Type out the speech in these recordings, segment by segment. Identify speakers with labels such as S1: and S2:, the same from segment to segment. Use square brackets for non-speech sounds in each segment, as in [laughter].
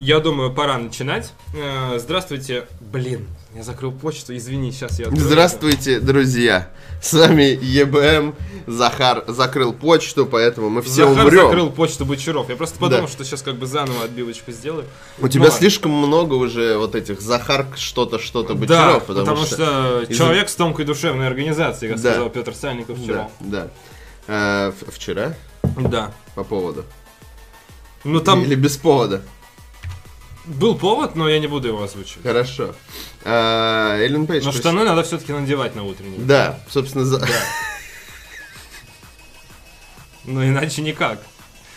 S1: Я думаю, пора начинать. Э, Здравствуйте. Блин, я закрыл почту, извини, сейчас я... открою.
S2: Здравствуйте, друзья! С вами ЕБМ. Захар закрыл почту, поэтому мы все
S1: Захар
S2: умрем.
S1: закрыл почту Бочаров. Я просто подумал,
S2: Да.
S1: что сейчас как бы заново отбивочку сделаю.
S2: У тебя
S1: Ну,
S2: слишком много уже вот этих Захар что-то что-то
S1: Да,
S2: Бочаров,
S1: потому, что,
S2: из-за-
S1: человек с тонкой душевной организацией, как
S2: Да.
S1: сказал Петр Сальников вчера.
S2: Да, да. Э, в- вчера
S1: Да.
S2: по поводу
S1: Ну там
S2: или без повода.
S1: был повод, но я не буду его озвучивать.
S2: Хорошо. Э, Эллен Пейдж.
S1: Но
S2: пос-
S1: штаны надо все-таки надевать на утренний.
S2: Да, собственно за.
S1: Ну иначе никак.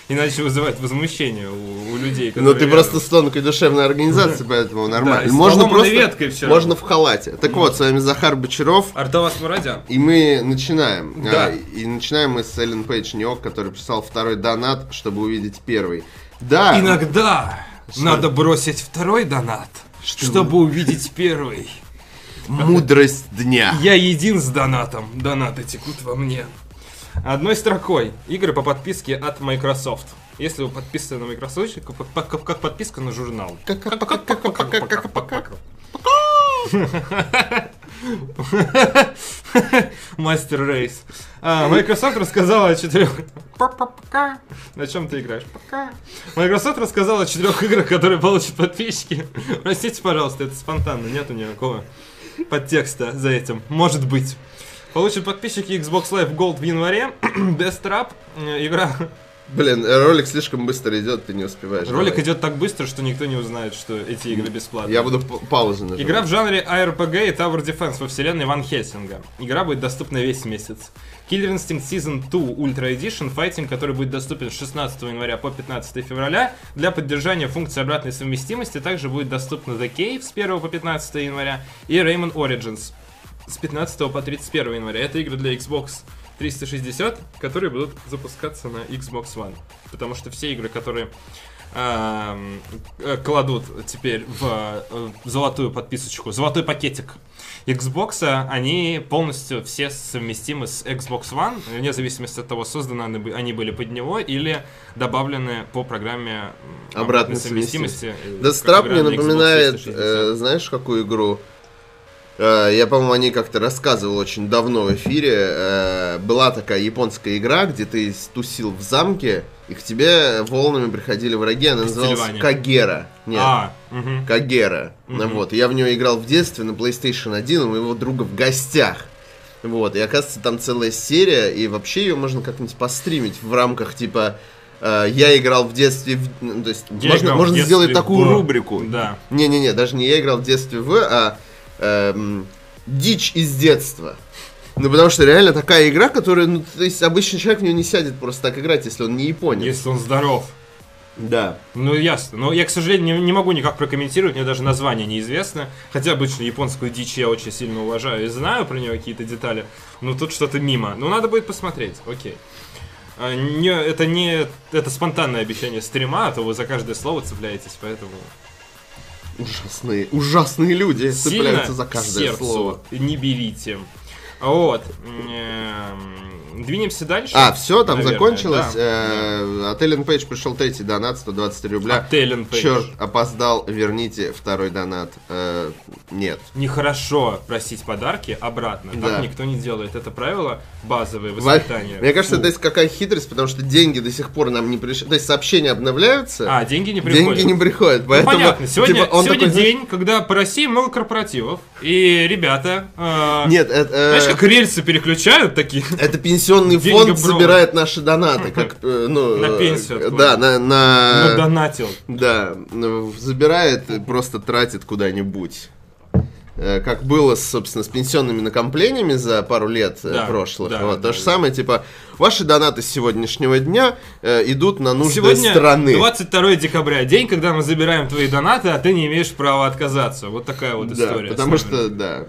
S1: Иначе вызывает возмущение у, у людей.
S2: Но [laughs]
S1: которые
S2: Ну, ты
S1: рядом.
S2: просто с тонкой душевной организацией, поэтому
S1: Э, Да, и
S2: нормально.
S1: с
S2: Можно
S1: поломанной
S2: просто.
S1: веткой вчера.
S2: Можно в халате. Так вот, с вами Захар Бочаров.
S1: Артавас Мурадян.
S2: И мы начинаем.
S1: Да.
S2: А, и начинаем мы с Эллен Пейдж Ниок, который прислал второй донат, чтобы увидеть первый. Да,
S1: Иногда надо бросить второй донат, чтобы увидеть первый.
S2: мудрость дня.
S1: [laughs] Я един с донатом, донаты текут во мне. Одной строкой. Игры по подписке от Microsoft. Если вы подписаны на Microsoft, как, как- как- как подписка на журнал. [laughs] Мастер Рейс. А, Microsoft рассказала о четырех... На чем ты играешь? Пока. Microsoft рассказала о четырех играх, которые получат подписчики. Простите, пожалуйста, это спонтанно, нету никакого подтекста за этим. Может быть. Получат подписчики Xbox Live Gold в январе. [clears throat] Death Trap. э, Игра.
S2: Блин, э, ролик слишком быстро идет, ты не успеваешь.
S1: Ролик
S2: Давай.
S1: идет так быстро, что никто не узнает, что эти игры бесплатные.
S2: Я буду па- паузу нажимать.
S1: Игра в жанре ARPG и Tower Defense во вселенной Ван Хельсинга. Игра будет доступна весь месяц. Killer Instinct Season 2 Ultra Edition, файтинг, который будет доступен с 16 января по 15 февраля. Для поддержания функции обратной совместимости также будет доступна The Cave с 1 по 15 января и Rayman Origins с 15 по 31 января. Это игры для Xbox 360, которые будут запускаться на Xbox One. Потому что все игры, которые эм, э, кладут теперь в э, в золотую подписочку, золотой пакетик Xbox, они полностью все совместимы с Xbox One, вне зависимости от того, созданы они бы- они были под него или добавлены по программе м,
S2: Обратной
S1: э,
S2: Да
S1: как
S2: Страп
S1: игра
S2: мне
S1: на Xbox
S2: напоминает,
S1: 360.
S2: э, знаешь, какую игру? Э, Я, по-моему, о ней как-то рассказывал очень давно в эфире. Э, Была такая японская игра, где ты тусил в замке, и к тебе волнами приходили враги. Она называлась
S1: Пенсильвания.
S2: Кагера. Нет,
S1: А, мгм.
S2: Кагера. Ну
S1: Мгм.
S2: вот, я в нее играл в детстве на PlayStation 1 у моего друга в гостях. Вот, и оказывается, там целая серия, и вообще ее можно как-нибудь постримить в рамках типа э, я играл в детстве, в- ну, то есть
S1: Я
S2: можно,
S1: играл в
S2: можно
S1: детстве
S2: сделать такую
S1: в.
S2: рубрику.
S1: Да.
S2: Не-не-не, даже не я играл в детстве в, а эм, дичь из детства. Ну, потому что реально такая игра, которая, ну, то есть обычный человек в нее не сядет просто так играть, если он не японец.
S1: Если он здоров.
S2: Да.
S1: Ну, ясно. Но я, к сожалению, не, не могу никак прокомментировать, мне даже название неизвестно. Хотя обычно японскую дичь я очень сильно уважаю и знаю про нее какие-то детали. Но тут что-то мимо. Ну, надо будет посмотреть. Окей. А, не- это не... Это спонтанное обещание стрима, а то вы за каждое слово цепляетесь, поэтому...
S2: Ужасные, ужасные люди
S1: Сильно
S2: цепляются за
S1: к
S2: каждое
S1: сердцу
S2: слово.
S1: не берите. Вот. Эм, Двинемся дальше.
S2: А, все, там
S1: Наверное,
S2: закончилось.
S1: да.
S2: Э, От Эллен Пейдж пришел третий донат, 123 рубля.
S1: От Эллен Пейдж.
S2: Черт, опоздал, верните второй донат. Э, Нет.
S1: Нехорошо просить подарки обратно.
S2: Да.
S1: Так никто не делает. Это правило базовое
S2: Во-
S1: воспитание.
S2: Мне кажется,
S1: Фу.
S2: это какая хитрость, потому что деньги до сих пор нам не пришли. То есть сообщения обновляются,
S1: А, деньги не приходят.
S2: деньги не приходят.
S1: Ну,
S2: Поэтому
S1: понятно, сегодня,
S2: типа, он
S1: сегодня
S2: такой, знаешь,
S1: день, когда по России много корпоративов, и ребята, э,
S2: Нет, это, э,
S1: знаешь, как рельсы переключают такие?
S2: это пенсионный
S1: деньги
S2: фонд
S1: бро.
S2: собирает наши донаты. Как, э, ну,
S1: На
S2: э,
S1: пенсию откладывают.
S2: Да, на, на-
S1: Ну, донатил.
S2: Да, ну, забирает и просто тратит куда-нибудь. Э, Как было, собственно, с пенсионными накоплениями за пару лет э,
S1: Да,
S2: прошлых.
S1: да,
S2: вот,
S1: да,
S2: то же
S1: да.
S2: самое, типа, ваши донаты с сегодняшнего дня э, идут на нужды
S1: Сегодня
S2: страны.
S1: 22 декабря, день, когда мы забираем твои донаты, а ты не имеешь права отказаться. Вот такая вот
S2: да,
S1: история.
S2: потому
S1: с нами.
S2: что, да.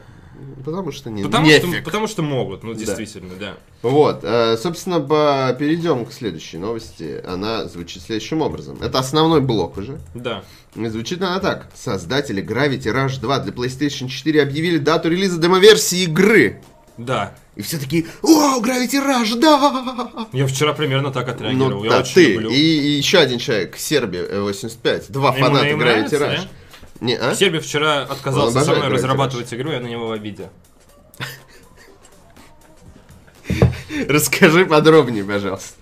S2: Потому что не,
S1: Потому
S2: нефиг.
S1: что, потому что могут, ну действительно, да.
S2: Вот, э, собственно, по- перейдем к следующей новости. Она звучит следующим образом. Это основной блок уже.
S1: Да.
S2: Звучит она так. Создатели Gravity Rush 2 для PlayStation 4 объявили дату релиза демоверсии игры.
S1: Да.
S2: И все такие, о, Gravity Rush, да!
S1: Я вчера примерно так отреагировал.
S2: Ну,
S1: я
S2: да,
S1: очень
S2: ты
S1: люблю.
S2: и, и еще один человек, Серби э, 85, два
S1: Ему
S2: фаната
S1: им
S2: Gravity
S1: нравится,
S2: Rush. Не, а?
S1: Серби вчера отказался
S2: Он
S1: со мной
S2: обожает Gravity
S1: разрабатывать игру, я на него в обиде.
S2: Расскажи подробнее, пожалуйста.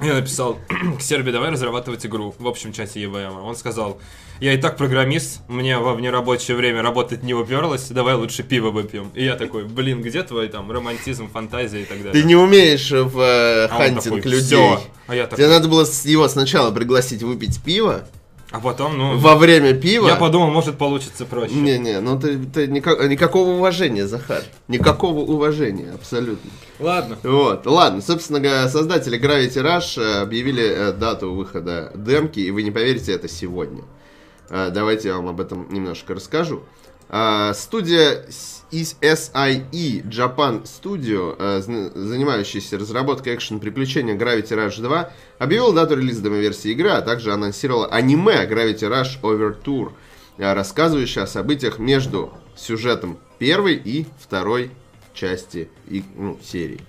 S1: Я написал [clears throat] к Серби, давай разрабатывать игру в общем чате EVM. Он сказал, я и так программист, мне во внерабочее время работать не уперлось, давай лучше пиво выпьем. И я такой, блин, где твой там романтизм, фантазия и так далее.
S2: Ты не умеешь в э,
S1: А он
S2: хантинг
S1: такой,
S2: людей.
S1: «Всё». А я такой,
S2: Тебе надо было с- его сначала пригласить выпить пиво,
S1: а потом, ну,
S2: во время пива...
S1: я подумал, может получится проще.
S2: Не-не, ну ты, ты никак- никакого уважения, Захар. Никакого уважения, абсолютно.
S1: Ладно.
S2: Вот, ладно, собственно, га- создатели Gravity Rush э, объявили э, дату выхода демки, и вы не поверите, это сегодня. Э, Давайте я вам об этом немножко расскажу. А, Студия с- из SIE Japan Studio, э, зн- занимающаяся разработкой экшен-приключения Gravity Rush 2, объявила дату релиза демо-версии игры, а также анонсировала аниме Gravity Rush Overture, э, рассказывающее о событиях между сюжетом первой и второй части и, ну, серии.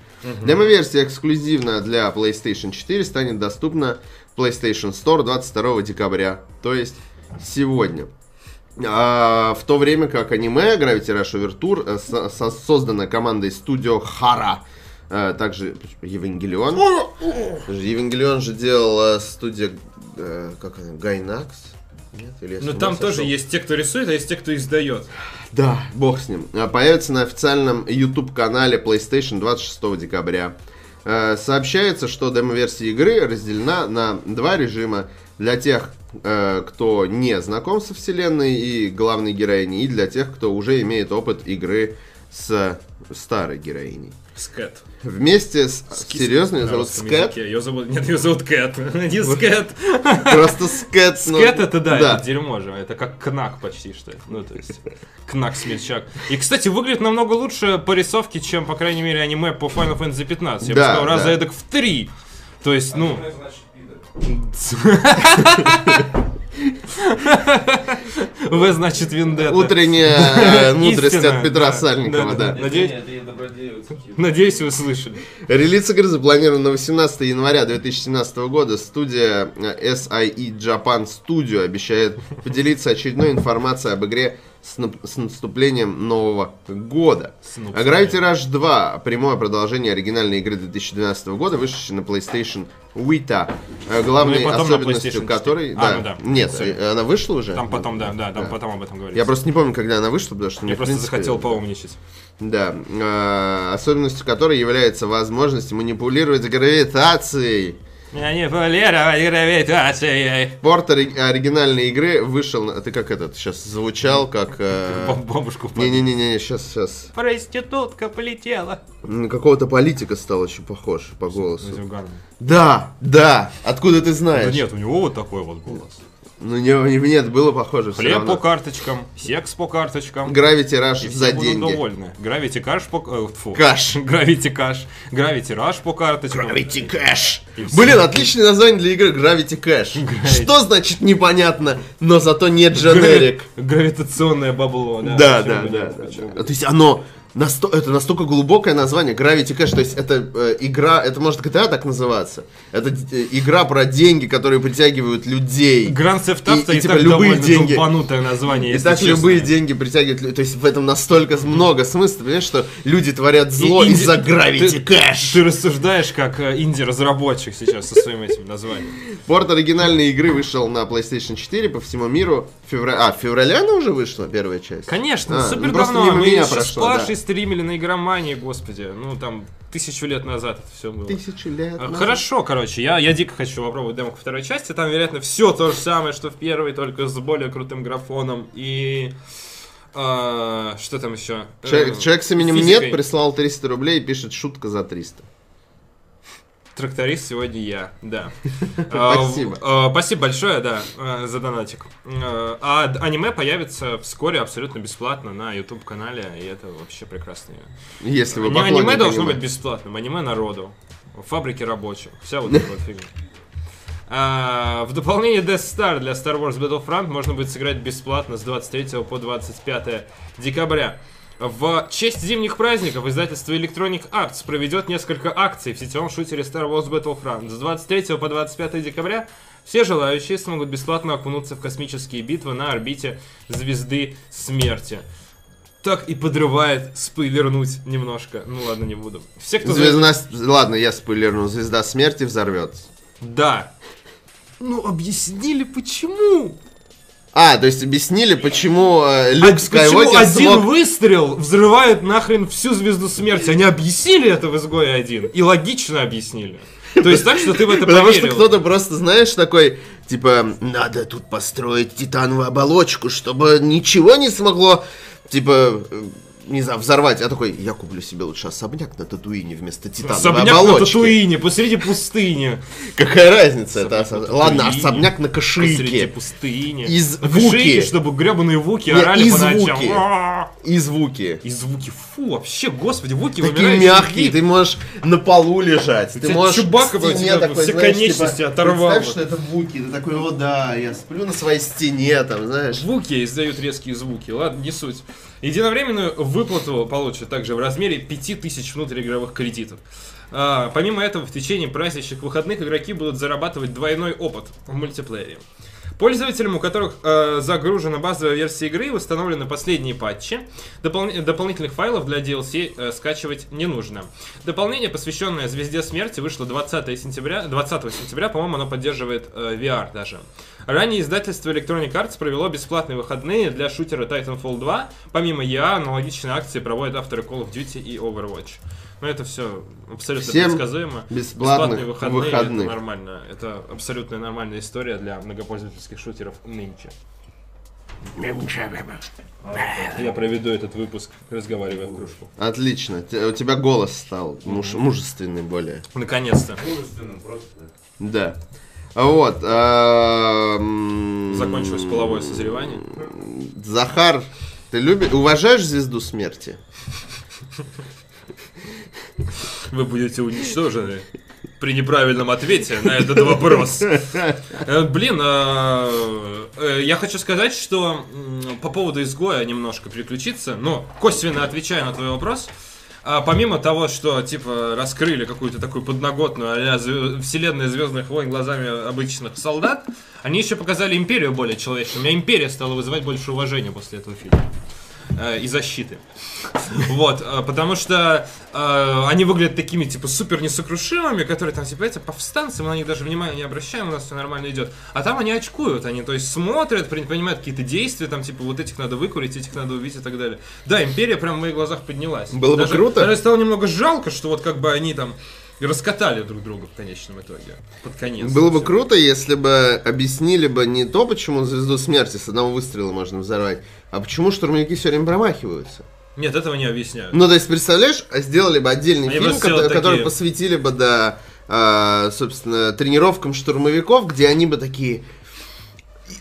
S2: Демо-версия эксклюзивно для PlayStation 4 станет доступна в PlayStation Store 22 декабря, то есть сегодня. А, в то время как аниме Gravity Rush Overture э, со- со- создано командой студио Хара, э, также Евангелион. Подожди, Евангелион же делал э, студия, э, как она, Гайнакс? Нет? Или я с
S1: Ну
S2: ума
S1: там
S2: сошел?
S1: тоже есть те, кто рисует, а есть те, кто издает.
S2: Да, бог с ним. А, Появится на официальном YouTube-канале PlayStation 26 декабря. Э, Сообщается, что демо-версия игры разделена на два режима. Для тех, э, кто не знаком со вселенной и главной героиней, и для тех, кто уже имеет опыт игры с старой героиней.
S1: С Кэт.
S2: Вместе с...
S1: С кис-
S2: Серьезно, ее
S1: на
S2: зовут
S1: русском
S2: Скэт?
S1: языке. Ее зовут... Нет, ее зовут Кэт. [laughs] Не Скэт.
S2: Просто Скэт. ну,
S1: Скет это да, это дерьмо же, это как кнак почти что. Ну, то есть, кнак смельчак. И, кстати, выглядит намного лучше по рисовке, чем, по крайней мере, аниме по Final Fantasy 15. Я бы
S2: Да,
S1: сказал, раза
S2: да.
S1: эдак в три. То есть, ну... [laughs] Вы, значит, Виндетта. [laughs]
S2: Утренняя э, мудрость
S1: Истина,
S2: от Петра
S1: да,
S2: Сальникова,
S1: да, да,
S2: да.
S1: да. Надеюсь-
S3: это я добродеев.
S1: Надеюсь, вы слышали.
S2: Релиз игры запланирован на 18 января 2017 года. Студия э, SIE Japan Studio обещает поделиться очередной информацией об игре с, нап- с наступлением нового года.
S1: Снуп,
S2: А Gravity Rush 2, прямое продолжение оригинальной игры 2012 года, вышедшей на PlayStation Vita, э, главной
S1: Ну и потом на PlayStation
S2: особенностью
S1: 4.
S2: которой...
S1: А, ну да.
S2: Нет,
S1: Sorry.
S2: э, она вышла уже?
S1: Там потом, да, да, там
S2: Да.
S1: потом об этом говорится.
S2: Я просто не помню, когда она вышла, потому что...
S1: Я
S2: мне, в
S1: просто
S2: принципе,
S1: захотел поумничать.
S2: да, э, особенностью которой является возможность манипулировать гравитацией.
S1: Манипулировать а, гравитацией.
S2: Порт ори- оригинальной игры вышел... на- Ты как этот сейчас звучал, как... э,
S1: Бом- Бабушку под-
S2: Не-не-не, сейчас, сейчас.
S1: Проститутка полетела.
S2: На какого-то политика стал еще похож по голосу.
S1: Зюганова.
S2: Да, да, откуда ты знаешь?
S1: Да нет, у него вот такой вот голос.
S2: Ну, не, не- нет, было похоже все
S1: Хлеб по
S2: равно.
S1: карточкам, секс по карточкам.
S2: Gravity
S1: и
S2: Rush
S1: все
S2: за
S1: будут
S2: деньги.
S1: довольны. Гравити каш по... э, Фу. [laughs]
S2: Каш.
S1: Гравити каш. Гравити раш по карточкам. [laughs]
S2: Gravity Cash.
S1: И всё.
S2: Блин, отличное название для игры Gravity Cash. Что значит непонятно, но зато не дженерик.
S1: Гравитационное бабло. Да, Почему
S2: Да, да,
S1: бы
S2: да.
S1: нет,
S2: да,
S1: почему бы
S2: да. То есть оно насто- это настолько глубокое название Gravity Cash, то есть это э, игра, это может GTA так называться. Это э, игра про деньги, которые притягивают людей.
S1: нет. Grand Theft
S2: И-
S1: Auto
S2: и,
S1: и,
S2: типа,
S1: так
S2: любые
S1: довольно
S2: деньги.
S1: долбанутое название,
S2: И
S1: если
S2: так
S1: честно.
S2: любые деньги притягивают людей. То есть в этом настолько много смысла, понимаешь, что люди творят зло
S1: инди-
S2: из-за Gravity
S1: ты-
S2: Cash.
S1: Ты рассуждаешь как э, инди-разработчик сейчас со своим этим названием.
S2: Порт оригинальной игры вышел на PlayStation 4 по всему миру. в Февра... А, в феврале она уже вышла, первая часть?
S1: Конечно,
S2: А,
S1: супер
S2: ну просто
S1: давно.
S2: мимо
S1: Мы
S2: меня
S1: еще
S2: прошло,
S1: с
S2: да.
S1: Пашей стримили на игромании, господи. Ну, там, тысячу лет назад это все было.
S2: Тысячу лет.
S1: А,
S2: назад.
S1: Хорошо, короче, я, я дико хочу попробовать демку второй части. Там, вероятно, все то же самое, что в первой, только с более крутым графоном. И... а, что там еще?
S2: Человек,
S1: Э,
S2: человек с именем
S1: физикой.
S2: нет прислал 300 рублей и пишет шутка за 300.
S1: Тракторист сегодня я,
S2: [laughs]
S1: да. А,
S2: Спасибо.
S1: в- а, Спасибо большое, да, э, за донатик. Э, А д- аниме появится вскоре абсолютно бесплатно на YouTube-канале, и это вообще прекрасно.
S2: Если вы
S1: Не
S2: поклонник
S1: Ну, аниме должно
S2: аниме.
S1: быть бесплатным, аниме народу, фабрики рабочих, вся
S2: [laughs]
S1: вот эта вот фигня. А, в дополнение Death Star для Star Wars Battlefront можно будет сыграть бесплатно с 23 по 25 декабря. В честь зимних праздников издательство Electronic Arts проведет несколько акций в сетевом шутере Star Wars Battlefront. С 23 по 25 декабря все желающие смогут бесплатно окунуться в космические битвы на орбите звезды смерти. Так и подрывает спойлернуть немножко. Ну ладно, не буду. Все, кто... за-
S2: Звезда... с- Ладно, я спойлерну. Звезда смерти взорвется.
S1: Да. Ну объяснили почему?
S2: А, то есть объяснили, почему э,
S1: А
S2: Люк
S1: почему
S2: Скайуокер
S1: один
S2: смог...
S1: выстрел взрывает нахрен всю звезду смерти? Они объяснили это в изгое один. И логично объяснили. То есть так, что ты в это
S2: Потому что
S1: поверил.
S2: кто-то просто, знаешь, такой, типа, надо тут построить титановую оболочку, чтобы ничего не смогло, типа, э, не знаю, взорвать. Я такой, я куплю себе лучше особняк на Татуине вместо титановой
S1: Особняк на
S2: оболочки.
S1: Татуине, посреди пустыни.
S2: Какая разница? Это
S1: Особняк на
S2: особ- Ладно,
S1: Татуине,
S2: особняк на
S1: Посреди
S2: кошельке.
S1: пустыни.
S2: Из
S1: В кошельке,
S2: Вуки.
S1: чтобы гребаные вуки
S2: Не,
S1: орали
S2: из
S1: по ночам.
S2: Вуки.
S1: А-а-а.
S2: И звуки.
S1: И звуки, фу, вообще, господи, вуки
S2: Такие
S1: вымирающие
S2: мягкие,
S1: звуки.
S2: ты можешь на полу лежать,
S1: У
S2: ты
S1: тебя
S2: можешь к
S1: Чубака бы у
S2: стене
S1: тебя бы
S2: такой,
S1: все
S2: знаешь,
S1: конечности
S2: типа,
S1: оторвало.
S2: Представь, что это Вуки, ты такой, о да, я сплю на своей стене, там, знаешь.
S1: Звуки издают резкие звуки, ладно, не суть. Единовременную выплату получат также в размере 5000 внутриигровых кредитов. А, помимо этого, в течение праздничных выходных игроки будут зарабатывать двойной опыт в мультиплеере. Пользователям, у которых э, загружена базовая версия игры и установлены последние патчи, допол- дополнительных файлов для DLC э, скачивать не нужно. Дополнение, посвященное Звезде Смерти, вышло 20 сентября. 20 сентября, по-моему, оно поддерживает э, VR даже. Ранее издательство Electronic Arts провело бесплатные выходные для шутера Titanfall 2. Помимо EA, аналогичные акции проводят авторы Call of Duty и Overwatch. Но это все абсолютно
S2: Всем
S1: предсказуемо.
S2: бесплатных
S1: Бесплатные выходные,
S2: выходных.
S1: это нормально. Это абсолютно нормальная история для многопользовательских шутеров нынче. Я проведу этот выпуск, разговаривая в кружку.
S2: Отлично, те- у тебя голос стал муж- мужественный более.
S1: Наконец-то.
S3: Мужественным просто.
S2: Да. Вот. эм,
S1: Закончилось половое созревание.
S2: Захар, ты любишь, уважаешь звезду смерти?
S1: Вы будете уничтожены при неправильном ответе на этот вопрос. Э, Блин, э, э, я хочу сказать, что м, по поводу изгоя немножко переключиться, но косвенно отвечая на твой вопрос, а помимо того, что типа раскрыли какую-то такую подноготную а-ля звё- вселенная Звездных войн глазами обычных солдат, они еще показали империю более человечной. У меня империя стала вызывать больше уважения после этого фильма. Э, И защиты. Вот, э, потому что э, они выглядят такими, типа, супер несокрушимыми, которые там, типа, эти повстанцы, мы на них даже внимания не обращаем, у нас все нормально идет. А там они очкуют, они, то есть, смотрят, предпринимают какие-то действия, там, типа, вот этих надо выкурить, этих надо убить и так далее. Да, империя прям в моих глазах поднялась.
S2: Было бы
S1: Даже-
S2: круто.
S1: Даже стало немного жалко, что вот как бы они там раскатали друг друга в конечном итоге. Под конец.
S2: Было бы
S1: Всё.
S2: круто, если бы объяснили бы не то, почему звезду смерти с одного выстрела можно взорвать, а почему штурмовики все время промахиваются.
S1: Нет, этого не объясняют.
S2: Ну, то есть, представляешь, а сделали бы отдельный
S1: Они
S2: фильм,
S1: просто
S2: кото-
S1: вот
S2: который,
S1: такие.
S2: посвятили бы, да, а, собственно, тренировкам штурмовиков, где они бы такие...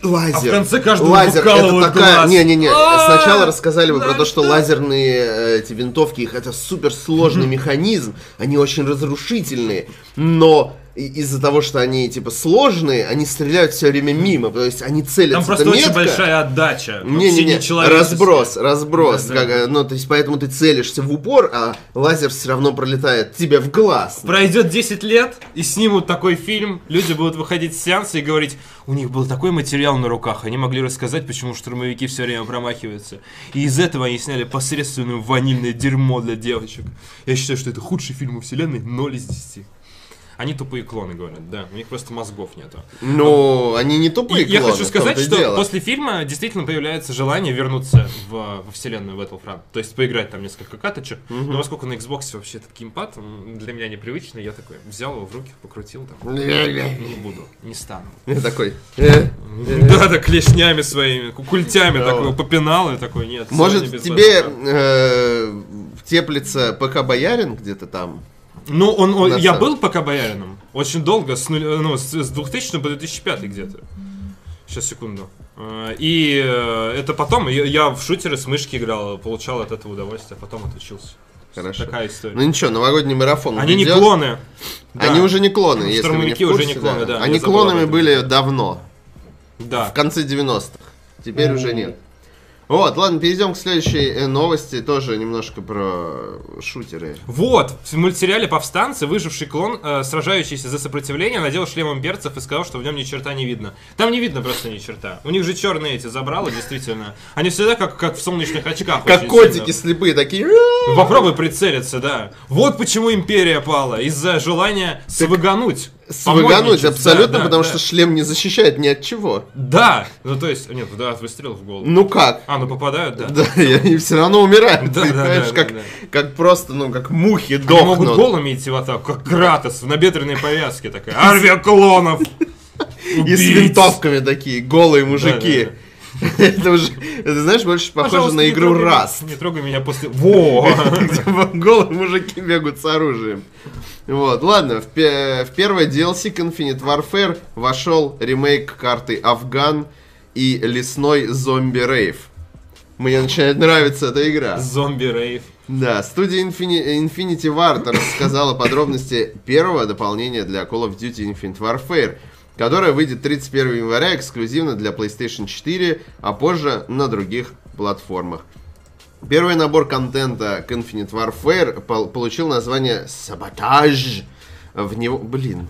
S2: Лазер.
S1: А в конце каждому
S2: лазер, это
S1: выкалывают
S2: такая...
S1: глаз.
S2: Не-не-не,
S1: А,
S2: сначала рассказали бы про
S1: да
S2: то, что
S1: что?
S2: лазерные э, эти винтовки, их
S1: [laughs]
S2: это суперсложный механизм, они очень разрушительные, но и- из-за того, что они, типа, сложные, они стреляют все время мимо, то есть они целятся
S1: Там просто
S2: метко,
S1: очень большая отдача.
S2: не,
S1: Вообще
S2: не, не,
S1: человеческая.
S2: разброс, разброс,
S1: Да, да.
S2: как, э, ну то есть поэтому ты целишься в упор, а лазер все равно пролетает тебе в глаз.
S1: Пройдет 10 лет, и снимут такой фильм, люди будут выходить с сеанса и говорить, у них был такой материал на руках, они могли рассказать, почему штурмовики все время промахиваются. И из этого они сняли посредственное ванильное дерьмо для девочек. Я считаю, что это худший фильм у вселенной 0 из 10. Они тупые клоны, говорят, да, у них просто мозгов нету.
S2: Ну, они не тупые.
S1: И я
S2: клоны,
S1: хочу
S2: в том-то
S1: сказать,
S2: и
S1: что
S2: дело.
S1: после фильма действительно появляется желание вернуться в, во вселенную Battlefront. То есть поиграть там несколько каточек.
S2: Мгм.
S1: Но поскольку на Xbox вообще этот геймпад м, для меня непривычный, я такой взял его в руки, покрутил там. Ну, Не буду, не стану.
S2: Я такой. э,
S1: Да, так клешнями своими, культями
S2: Да.
S1: такой попинал и такой, нет. сегодня
S2: Может
S1: без
S2: тебе
S1: Battlefront.
S2: э, теплится ПК Боярин где-то там?
S1: Ну, он, он-
S2: На
S1: я
S2: самом-
S1: был пока боярином. Очень долго, с, нуля- ну, с, с 2000 по 2005 где-то. Сейчас, секунду. Э, И э, это потом, я, я в шутеры с мышки играл, получал от этого удовольствие, а потом отучился.
S2: Хорошо.
S1: Такая история.
S2: Ну ничего, новогодний марафон.
S1: Они не
S2: идет.
S1: клоны. Да, Ну,
S2: Они уже не клоны, если вы не в
S1: Штурмовики уже не
S2: курсе,
S1: клоны, да,
S2: Они
S1: я забыл об
S2: клонами
S1: этом.
S2: были давно, в
S1: Да.
S2: конце 90-х. Теперь уже нет. Вот, ладно, перейдем к следующей э, новости, тоже немножко про шутеры.
S1: Вот, в мультсериале «Повстанцы» выживший клон, э, сражающийся за сопротивление, надел шлемом перцев и сказал, что в нем ни черта не видно. Там не видно просто ни черта. У них же черные эти забрала, действительно. Они всегда как, как в солнечных очках.
S2: Как
S1: очень
S2: котики
S1: сильно.
S2: слепые такие.
S1: Ну, Попробуй прицелиться, да. Вот почему империя пала. Из-за желания свыгануть.
S2: Свыгануть
S1: Помойничать, да,
S2: абсолютно,
S1: да,
S2: потому
S1: да.
S2: что шлем не защищает ни от чего.
S1: Да! Ну то есть, нет, да, от выстрелов в голову.
S2: Ну как?
S1: А, ну попадают, да.
S2: Да, [laughs] и они все равно умирают.
S1: Да,
S2: ты
S1: да, да,
S2: знаешь,
S1: да,
S2: как,
S1: да.
S2: как просто, ну, как мухи
S1: Они могут
S2: дохнут.
S1: голыми идти в атаку, как Кратос в набедренной повязке такая. Армия
S2: [laughs]
S1: клонов!
S2: И с
S1: Убить!
S2: винтовками такие, голые мужики. [laughs] Это уже, это знаешь, больше похоже
S1: Пожалуйста,
S2: на
S1: не
S2: игру
S1: трогай меня-
S2: раз.
S1: Не трогай меня после... Во!
S2: [laughs] где голые мужики бегут с оружием. Вот, ладно, в, пе- в первое DLC к Infinite Warfare вошел ремейк карты Афган и лесной зомби рейв. Мне начинает нравиться эта игра.
S1: Зомби-рейв.
S2: Да, студия Infini- Infinity Ward рассказала подробности первого дополнения для Call of Duty Infinite Warfare, которое выйдет 31 января эксклюзивно для PlayStation 4, а позже на других платформах. Первый набор контента к Infinite Warfare пол- получил название «Саботаж». В него... Блин,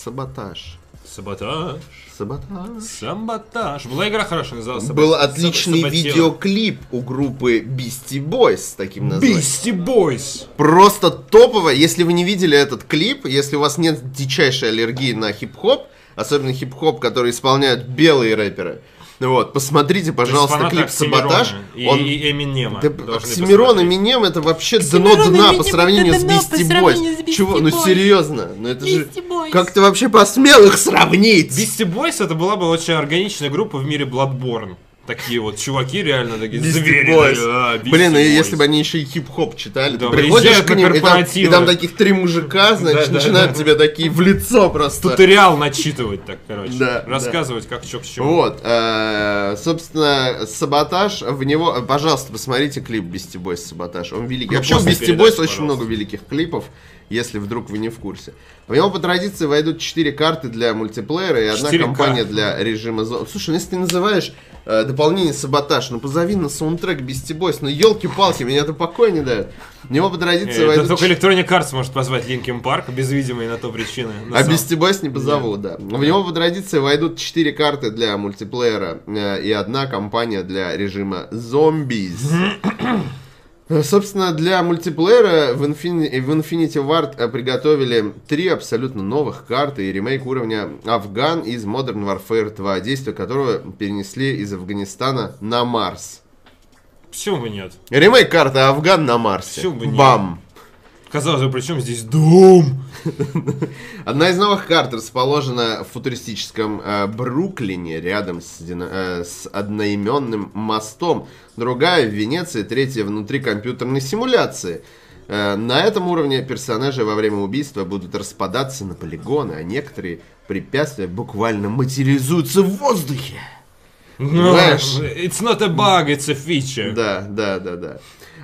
S2: саботаж.
S1: Саботаж.
S2: Саботаж.
S1: Саботаж. Была игра хорошая, называлась
S2: Был
S1: «Сабо-
S2: отличный
S1: саботирование».
S2: видеоклип у группы Beastie Boys с таким названием.
S1: Beastie Boys.
S2: Просто топово. Если вы не видели этот клип, если у вас нет дичайшей аллергии на хип-хоп, особенно хип-хоп, который исполняют белые рэперы, ну вот, посмотрите, пожалуйста,
S1: Фанаты
S2: клип
S1: Оксимирона
S2: «Саботаж».
S1: И,
S2: Он...
S1: и Эминема.
S2: Да,
S1: должны
S2: Оксимирон и
S1: посмотреть.
S2: Минем это вообще
S3: Оксимирон
S2: дно
S3: и
S2: дна по
S3: Минем это
S2: сравнению с
S3: дно по
S2: Бисти
S3: сравнению с
S2: Бойс.
S3: Beastie
S2: Чего? Ну
S3: Boys.
S2: серьезно, ну это же...
S3: Beastie Boys.
S2: Как ты вообще посмел их сравнить?
S1: Beastie Boys это была бы очень органичная группа в мире Bloodborne. Такие вот чуваки реально такие
S2: Beastie
S1: звери.
S2: Boys.
S1: да, Beastie
S2: Блин, ну и
S1: Boys.
S2: если бы они еще и хип-хоп читали,
S1: Да,
S2: ты приходишь
S1: приезжают
S2: к
S1: на
S2: ним, и там, и
S1: корпоративы.
S2: там таких три мужика, значит,
S1: да,
S2: начинают
S1: да.
S2: тебе такие в лицо просто.
S1: Туториал начитывать так, короче.
S2: Да,
S1: Рассказывать, как чё к чему.
S2: Вот, э, собственно, саботаж в него. э, Пожалуйста, посмотрите клип Бести Бойс саботаж. Он великий.
S1: Ну,
S2: Вообще, у
S1: после
S2: Бести
S1: передачи,
S2: Бойс очень
S1: пожалуйста.
S2: много великих клипов, если вдруг вы не в курсе. В него по традиции войдут 4 карты для мультиплеера и одна
S1: 4К.
S2: компания для режима зон. Слушай, ну если ты называешь э, дополнение саботаж, ну позови на саундтрек Бести Бойс. Ну елки-палки, меня это покоя не дает. В него по
S1: Э,
S2: традиции
S1: Это
S2: войдут.
S1: только
S2: ч-
S1: Electronic Arts может позвать Linkin Park, без видимой на то причины. на
S2: а
S1: самом-
S2: Beastie Boys не позову, да. В него по традиции войдут 4 карты для мультиплеера э, и одна компания для режима
S1: [coughs]
S2: зомбис. Э, Собственно, для мультиплеера в, Infin- э, в Infinity Ward э, приготовили три абсолютно новых карты и ремейк уровня Афган из Modern Warfare 2, действие которого перенесли из Афганистана на Марс.
S1: Почему бы нет?
S2: Ремейк карты Афган на Марсе.
S1: Почему бы нет?
S2: Бам!
S1: Казалось бы, при чем здесь дом?
S2: Одна из новых карт расположена в футуристическом э, Бруклине, рядом с, дина- э, с одноименным мостом. Другая в Венеции, третья внутри компьютерной симуляции. Э, на этом уровне персонажи во время убийства будут распадаться на полигоны, а некоторые препятствия буквально материализуются в воздухе.
S1: Ну,
S2: Знаешь-
S1: It's not a bug, it's a feature.
S2: Да, да, да, да.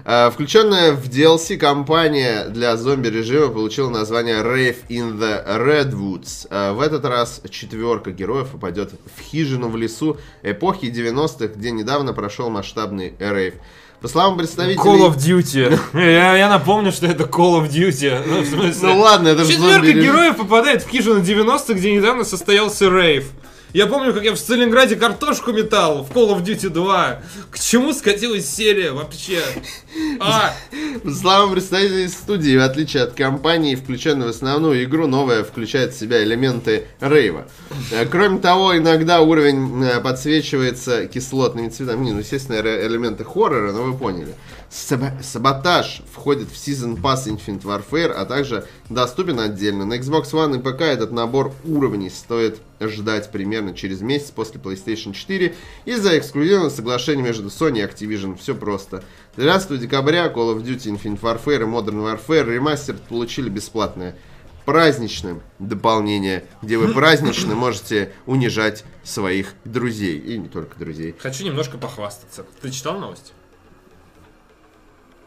S2: А, Включенная в DLC компания для зомби-режима получила название Rave in the Redwoods. А, В этот раз четверка героев попадет в хижину в лесу эпохи 90-х, где недавно прошел масштабный рейв. По словам представителей...
S1: Call of
S2: [laughs]
S1: Duty. Я, я напомню, что это Call of Duty. Ну, в смысле...
S2: Ну ладно, это же
S1: Четверка
S2: зомби-режим.
S1: героев попадает в хижину 90-х, где недавно состоялся рейв. Я помню, как я в Сталинграде картошку метал в Call of Duty 2. К чему скатилась серия вообще? А,
S2: Слава представителей студии, в отличие от компании, включенной в основную игру, новая включает в себя элементы рейва. Э, Кроме того, иногда уровень э, подсвечивается кислотными цветами. Не, ну, естественно, ре- элементы хоррора, но вы поняли. Саба- Саботаж входит в Season Pass Infinite Warfare, а также доступен отдельно. На Xbox One и ПК этот набор уровней стоит ждать примерно через месяц после PlayStation 4 из-за эксклюзивного соглашения между Sony и Activision. Все просто. 13 декабря Call of Duty Infinite Warfare и Modern Warfare Remastered получили бесплатное праздничное дополнение, где вы
S1: [laughs]
S2: празднично можете унижать своих друзей. И не только друзей.
S1: Хочу немножко похвастаться. Ты читал новости?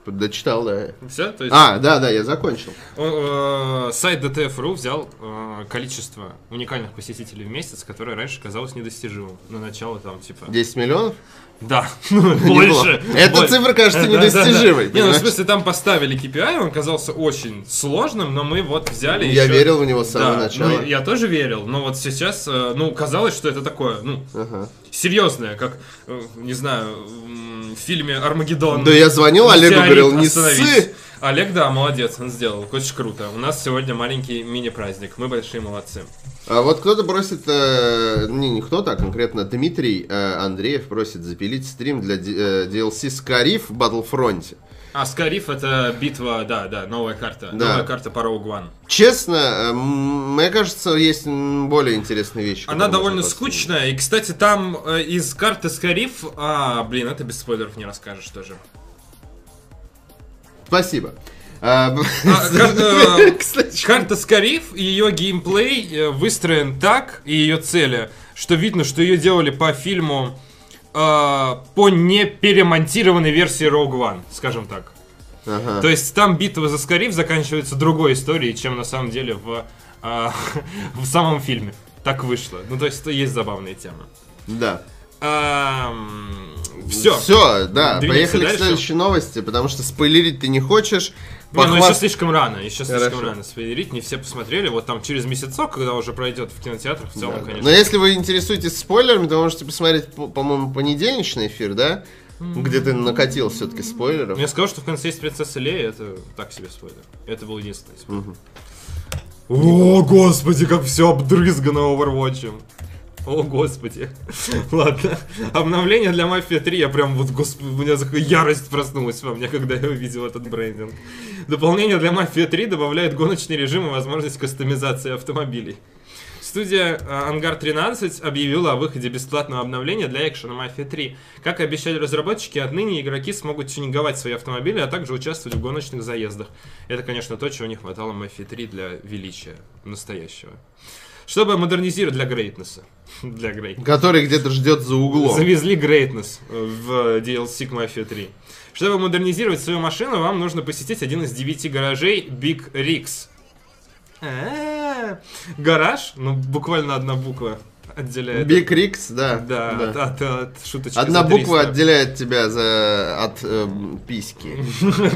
S2: Дочитал, да.
S1: Все? То есть...
S2: А, да, да, я закончил.
S1: Он, э, сайт DTF.ru взял э, количество уникальных посетителей в месяц, которое раньше казалось недостижимым. На начало там типа...
S2: 10 миллионов? [laughs]
S1: Да, ну,
S2: Не было.
S1: больше.
S2: Эта
S1: Больше.
S2: цифра кажется
S1: Да, да, да.
S2: недостижимой.
S1: Не, ну в
S2: понимаешь?
S1: смысле, там поставили KPI, он оказался очень сложным, но мы вот взяли
S2: Я
S1: ещё-
S2: верил в него с самого
S1: Да,
S2: начала.
S1: ну, я тоже верил, но вот сейчас, э, ну, казалось, что это такое, ну,
S2: Ага.
S1: серьезное, как, э, не знаю, м, в фильме «Армагеддон».
S2: Да я звонил Олегу,
S1: Метеорит
S2: говорил, не
S1: остановись».
S2: ссы.
S1: Олег, да, молодец, он сделал, очень круто. У нас сегодня маленький мини-праздник, мы большие молодцы.
S2: А вот кто-то просит, э, не, не кто-то, а конкретно Дмитрий э, Андреев просит запилить стрим для Д- э, DLC с Кариф в Battlefront.
S1: А Скариф это битва, да, да, новая карта,
S2: Да.
S1: новая карта по Rogue One.
S2: Честно, э, м, мне кажется, есть м, более интересные вещи.
S1: Она
S2: которые
S1: довольно
S2: можно подсунуть.
S1: скучная. И, кстати, там э, из карты Скариф... А, блин, это без спойлеров не расскажешь тоже.
S2: Спасибо. А, [laughs] б-
S1: А, как, э,
S2: Кстати,
S1: Карта Скариф и ее геймплей э, выстроен так, и ее цели, что видно, что ее делали по фильму э, по неперемонтированной версии Rogue One, скажем так.
S2: ага.
S1: То есть там битва за Скариф заканчивается другой историей, чем на самом деле в, э, [laughs] в самом фильме. Так вышло. Ну, то есть есть забавные темы.
S2: Да.
S1: все.
S2: Все, да.
S1: Двинемся
S2: Поехали к
S1: дальше.
S2: следующей новости, потому что спойлерить ты не хочешь.
S1: Не, ну еще
S2: Похваст-
S1: слишком рано, еще слишком
S2: Хорошо.
S1: рано спойлерить, не все посмотрели, вот там через месяцок, когда уже пройдет в кинотеатрах, в целом,
S2: Да. Ну,
S1: конечно.
S2: Но если вы интересуетесь спойлерами, то можете посмотреть, по- по-моему, понедельничный эфир, да? Где ты накатил все-таки спойлеров.
S1: Но Я сказал, что в конце есть принцесса Лея, это так себе спойлер. Это был единственный спойлер.
S2: Мгм.
S1: О, господи, как все обдрызгано Overwatch'ем. О, господи. [laughs] Ладно. Обновление для Мафия 3, я прям вот, господи, у меня такая ярость проснулась во мне, когда я увидел этот брендинг. Дополнение для Мафия 3 добавляет гоночный режим и возможность кастомизации автомобилей. Студия э, Ангар 13 объявила о выходе бесплатного обновления для экшена Mafia 3. Как и обещали разработчики, отныне игроки смогут тюнинговать свои автомобили, а также участвовать в гоночных заездах. Это, конечно, то, чего не хватало Mafia 3 для величия настоящего. Чтобы модернизировать для грейтнесса. [laughs] Для грейтнесса.
S2: Который где-то ждет за углом.
S1: Завезли Greatness э, в DLC к Mafia 3. Чтобы модернизировать свою машину, вам нужно посетить один из девяти гаражей Big Rigs. А, Гараж, ну буквально одна буква отделяет.
S2: Биг Рикс, да.
S1: Да, от- от- от шуточки.
S2: Одна
S1: за
S2: буква
S1: 300.
S2: отделяет тебя за... от эм, письки.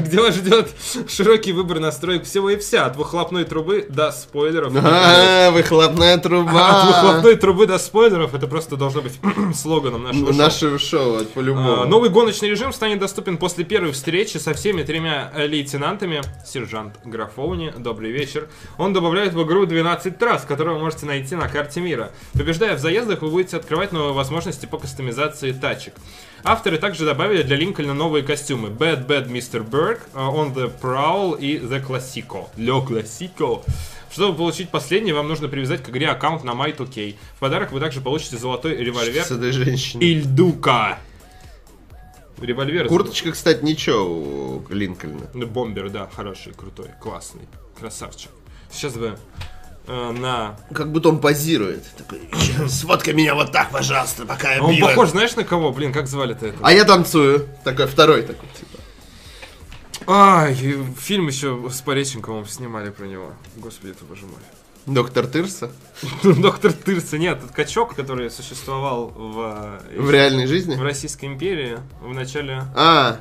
S1: [laughs] Где вас ждет широкий выбор настроек всего и вся, от выхлопной трубы до
S2: [laughs]
S1: спойлеров.
S2: А, Выхлопная
S1: От
S2: труба.
S1: выхлопной трубы до спойлеров это просто должно быть [clears throat] слоганом нашего шоу.
S2: Наше шоу, вот,
S1: А,
S2: по-любому.
S1: Новый гоночный режим станет доступен после первой встречи со всеми тремя э, лейтенантами. Сержант Графоуни, добрый вечер. Он добавляет в игру 12 трасс, которые вы можете найти на карте мира. Побеждая в заездах, вы будете открывать новые возможности по кастомизации тачек. Авторы также добавили для Линкольна новые костюмы. Bad Bad Mr. Berg, э, On the Prowl и The Classico. Le Classico. Чтобы получить последний, вам нужно привязать к игре аккаунт на My2K. В подарок вы также получите золотой револьвер
S2: С этой женщиной.
S1: Ильдука. Револьвер.
S2: Курточка, кстати, ничего у Линкольна.
S1: Ну, Бомбер, да, хороший, крутой, классный, красавчик. Сейчас бы э, на...
S2: Как будто он позирует. Такой, сфоткай меня вот так, пожалуйста, пока я
S1: А Он
S2: бью».
S1: похож, знаешь, на кого? Блин, как звали-то это?
S2: А я танцую. Такой второй такой, типа.
S1: Ай, и фильм еще с Пореченковым снимали про него. Господи, ты боже мой. [laughs]
S2: Доктор Тырса.
S1: Доктор Тырца, нет, этот качок, который существовал в, э,
S2: В реальной жизни.
S1: в Российской империи в начале...
S2: А,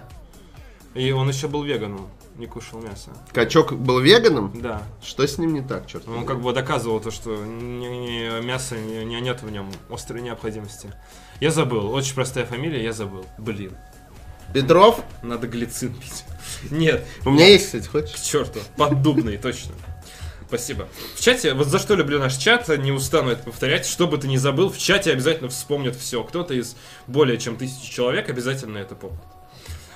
S1: И он еще был веганом, не кушал мясо.
S2: качок был веганом?
S1: Да,
S2: Что с ним не так, черт
S1: Ну, Он
S2: возьми?
S1: как бы доказывал то, что не- не- мяса не- не- нет в нем острой необходимости. Я забыл. Очень простая фамилия, я забыл. Блин.
S2: Петров?
S1: Надо глицин пить. [laughs] Нет.
S2: У меня есть, кстати, хочешь?
S1: К черту. Поддубный, точно. Спасибо. В чате, вот за что люблю наш чат, не устану это повторять, что бы ты ни забыл, в чате обязательно вспомнят все. Кто-то из более чем тысячи человек обязательно это помнит.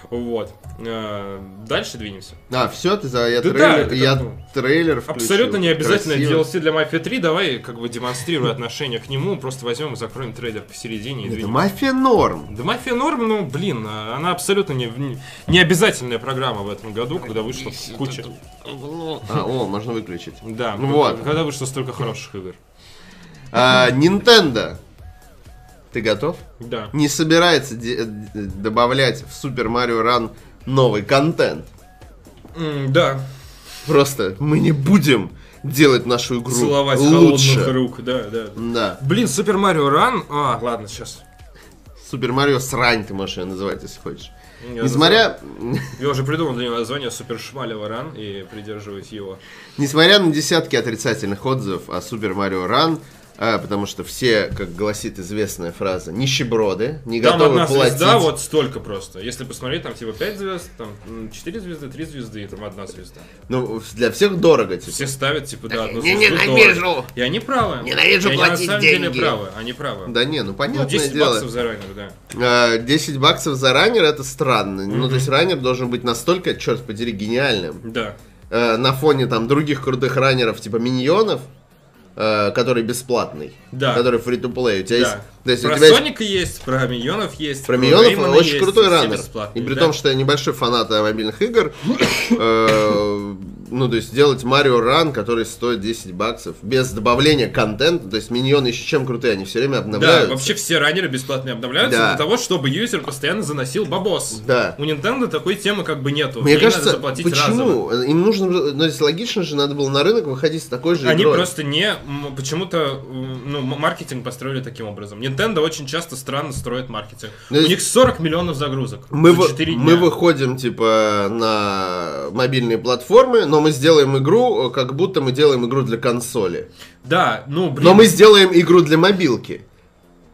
S1: Вот. Э, Дальше двинемся.
S2: А, все, ты за... Я
S1: Да да,
S2: трейлер,
S1: это
S2: я
S1: как бы
S2: трейлер включил.
S1: Абсолютно не обязательно
S2: Красиво.
S1: DLC для Mafia 3. Давай, как бы демонстрируй отношение к нему. Просто возьмем и закроем трейлер посередине и
S2: Это
S1: двинем.
S2: мафия норм.
S1: Да Mafia Norm, ну блин, а, она абсолютно не, не- не обязательная программа в этом году, когда вышла куча.
S2: А, о, можно выключить.
S1: Да,
S2: Ну вот.
S1: когда вышло столько хороших игр.
S2: А, Nintendo. Ты готов?
S1: Да.
S2: Не собирается де- э, добавлять в Super Mario Run новый контент.
S1: М, да.
S2: Просто мы не будем делать нашу игру
S1: Целовать
S2: лучше.
S1: холодных рук, да, да.
S2: Да.
S1: Блин, Супер Марио Ран. А, ладно, сейчас.
S2: Супер Марио срань ты можешь ее называть, если хочешь.
S1: Я
S2: Несмотря, [laughs]
S1: назвал- Я уже придумал для него название Супер Шмаля Варан и придерживаюсь его.
S2: несмотря на десятки отрицательных отзывов о Супер Марио Ран, э, потому что все, как гласит известная фраза, нищеброды, не
S1: Там
S2: готовы
S1: одна
S2: платить.
S1: звезда, вот столько просто. Если посмотреть, там типа 5 звезд, там 4 звезды, 3 звезды и там одна звезда.
S2: Ну, для всех дорого, типа.
S1: Все ставят, типа, да, одну
S3: Не
S1: звезду.
S3: ненавижу!
S1: дорого. И они правы.
S3: Ненавижу
S1: И они
S3: платить
S1: на самом
S3: деньги.
S1: деле правы, они правы.
S2: Да не, ну
S1: Ну,
S2: понятное
S1: 10
S2: дело.
S1: баксов за раннер, да.
S2: Э, 10 баксов за раннер это странно. Ну, то есть раннер должен быть настолько, черт подери, гениальным.
S1: Да.
S2: Э, на фоне там других крутых раннеров, типа миньонов, э, который бесплатный.
S1: Да.
S2: Который фри to play. У тебя есть.
S1: да.
S2: То есть
S1: про
S2: у тебя есть.
S1: Соника есть, про Миньонов есть,
S2: Про миньонов
S1: Реймона Типа, ну,
S2: очень
S1: есть,
S2: крутой
S1: все
S2: раннер. И
S1: бесплатные,
S2: при
S1: да.
S2: том, что я небольшой фанат э, мобильных игр, э, ну, то есть делать Марио Ран, который стоит 10 баксов, без добавления контента, то есть миньоны еще чем крутые, они все время
S1: Да,
S2: обновляются.
S1: вообще все раннеры бесплатные обновляются
S2: Да.
S1: для того, чтобы юзер постоянно заносил бабос.
S2: Да.
S1: У Nintendo такой темы как бы нету.
S2: Мне
S1: Ей
S2: кажется,
S1: надо заплатить разово.
S2: почему? Им нужно, было- ну, если логично же, надо было на рынок выходить с такой же
S1: Они
S2: игрой.
S1: просто не... м, Почему-то м, ну, м- маркетинг построили таким образом. Nintendo очень часто странно строит маркетинг.
S2: Ну,
S1: У
S2: и-
S1: них 40 миллионов загрузок
S2: Мы,
S1: за
S2: вы-
S1: 4
S2: мы
S1: дня.
S2: выходим, типа, на мобильные платформы, но мы сделаем игру, э, как будто мы делаем игру для консоли.
S1: Да, ну, блин.
S2: Но мы сделаем игру для мобилки.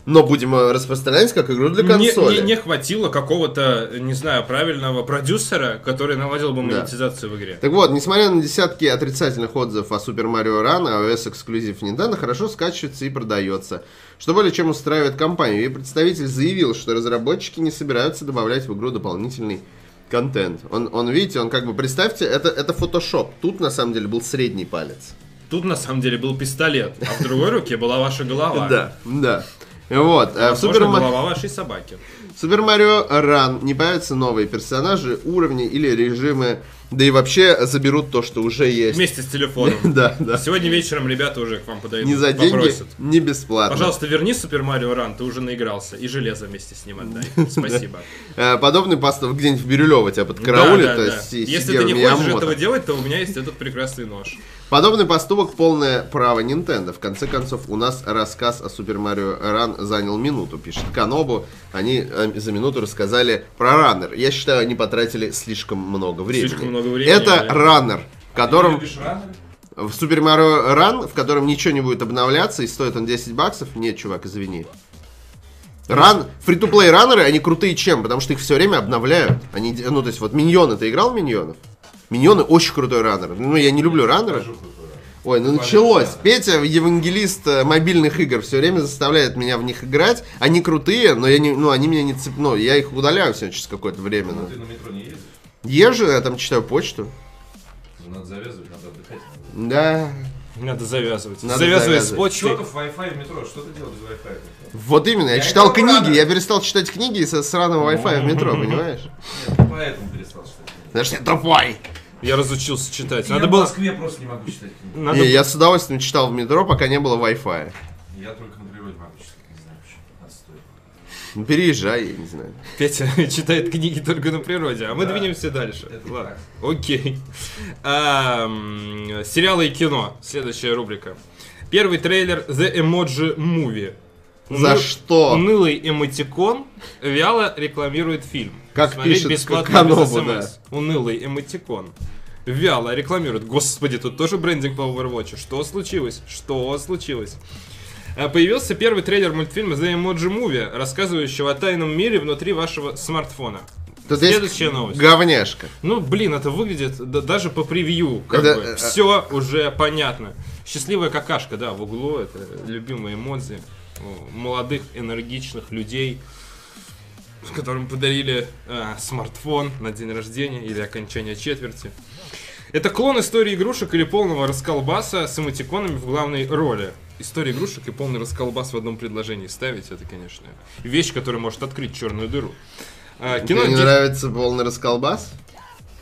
S2: Но будем э, распространять как игру для
S1: Мне-
S2: консоли.
S1: мне не хватило какого-то, не знаю, правильного продюсера, который наладил бы
S2: Да.
S1: монетизацию в игре.
S2: Так вот, несмотря на десятки отрицательных отзывов о Супер Марио Run, iOS эксклюзив Nintendo хорошо скачивается и продается, что более чем устраивает компанию. И представитель заявил, что разработчики не собираются добавлять в игру дополнительный контент. Он, он видите, он как бы, представьте, это, это Photoshop. Тут на самом деле был средний палец.
S1: Тут на самом деле был пистолет, а в другой руке была ваша голова.
S2: Да, да. Вот, э, в
S1: Возможно,
S2: Супер Ма-
S1: голова вашей собаки.
S2: Супер Марио Ран не появятся новые персонажи, уровни или режимы, да и вообще заберут то, что уже есть.
S1: Вместе с телефоном.
S2: [laughs] Да, да.
S1: Сегодня вечером ребята уже к вам подойдут.
S2: Не за деньги,
S1: попросят.
S2: не бесплатно.
S1: Пожалуйста, верни Супер Марио Ран, ты уже наигрался. И железо вместе с ним
S2: [laughs]
S1: отдай. Спасибо.
S2: Э, Подобный пастов где-нибудь в Бирюлево тебя подкараулит.
S1: Да, да,
S2: то
S1: да.
S2: есть, и
S1: Если
S2: Сигеру
S1: ты не хочешь
S2: Миямото.
S1: этого делать, то у меня есть этот прекрасный нож.
S2: Подобный поступок полное право Nintendo. В конце концов, у нас рассказ о Супер Марио Ран занял минуту, пишет Канобу. Они э, за минуту рассказали про раннер. Я считаю, они потратили слишком много времени.
S1: Слишком много времени,
S2: Это
S1: да.
S2: раннер, в котором в Супер Марио Ран, в котором ничего не будет обновляться, и стоит он 10 баксов. Нет, чувак, извини. Ран, фри-то-плей раннеры, они крутые чем? Потому что их все время обновляют. Они, де- ну, то есть, вот миньоны, ты играл в миньонов? Миньоны очень крутой раннер. Ну, я не люблю раннеры. Ой, ну началось. Петя, евангелист э, мобильных игр, все время заставляет меня в них играть. Они крутые, но я не, ну, они меня не цепно. Я их удаляю все через какое-то время. ну.
S4: Ты на метро не ездишь? Ну,
S2: Езжу, я там читаю почту.
S4: Надо завязывать, надо отдыхать.
S2: Да.
S1: Надо завязывать.
S2: Надо
S1: Завязывай с
S2: завязывать.
S1: почтой.
S4: Чертов Wi-Fi в метро, что ты делал без Wi-Fi?
S2: Вот именно, я,
S4: Я
S2: читал
S4: играл в
S2: книги,
S4: раннер.
S2: я перестал читать книги из-за сраного Wi-Fi
S1: [laughs]
S2: в метро, понимаешь?
S4: Нет, поэтому перестал читать.
S2: Потому что я тупой.
S1: Я разучился читать.
S4: я
S1: Надо
S4: в
S1: было...
S4: Москве просто не могу читать книги.
S1: Надо
S2: Не, я с удовольствием читал в метро, пока не было Wi-Fi.
S4: Я только на природе могу читать, не знаю почему. Отстой.
S2: Ну, переезжай, я не знаю.
S1: Петя [laughs] читает книги только на природе, а мы
S4: Да.
S1: двинемся дальше.
S4: Это
S1: Ладно. Окей. [laughs] А, м, Сериалы и кино. Следующая рубрика. Первый трейлер The Emoji Movie.
S2: За
S1: Ну,
S2: что?
S1: Унылый эмотикон вяло рекламирует фильм.
S2: Как
S1: Смотреть
S2: пишет
S1: бесплатно без
S2: Каканова, да.
S1: СМС. Унылый эмотикон. Вяло рекламирует. Господи, тут тоже брендинг по Overwatch. Что случилось? Что случилось? А, Появился первый трейлер мультфильма The Emoji Movie, рассказывающего о тайном мире внутри вашего смартфона.
S2: Тут есть
S1: Следующая новость.
S2: говняшка.
S1: Ну, блин, это выглядит да- даже по превью, как
S2: Это,
S1: бы.
S2: э, э,
S1: Все уже понятно. Счастливая какашка, да, в углу. Это любимые эмодзи э, молодых, энергичных людей, которым подарили э, смартфон на день рождения или окончание четверти. Это клон истории игрушек или полного расколбаса с эмотиконами в главной роли. История игрушек и полный расколбас в одном предложении ставить, это, конечно, вещь, которая может открыть черную дыру. А,
S2: Тебе не
S1: де-
S2: нравится полный расколбас?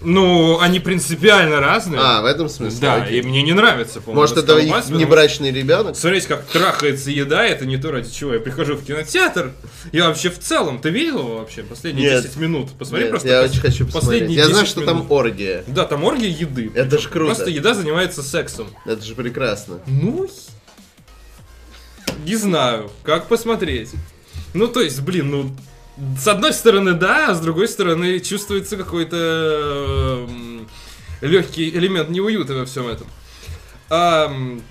S1: ну, они принципиально разные.
S2: А, в этом смысле?
S1: да,
S2: Окей.
S1: и мне не нравится, по-моему.
S2: Может, это
S1: «Расколбас»,
S2: их
S1: потому
S2: небрачный ребенок?
S1: что Смотрите, как трахается еда, это не то, ради чего я прихожу в кинотеатр. Я вообще в целом, ты видел его вообще последние
S2: Нет.
S1: 10 минут? Посмотри
S2: Нет,
S1: просто.
S2: я
S1: пос-
S2: очень хочу посмотреть.
S1: последние
S2: Я знаю,
S1: 10
S2: что
S1: минут.
S2: там оргия.
S1: Да, там оргия еды.
S2: Это
S1: причем.
S2: ж круто.
S1: Просто еда занимается сексом.
S2: Это же прекрасно.
S1: Ну, не знаю, как посмотреть. Ну, то есть, блин, ну, с одной стороны, да, а с другой стороны, чувствуется какой-то легкий элемент неуюта во всем этом. Ам,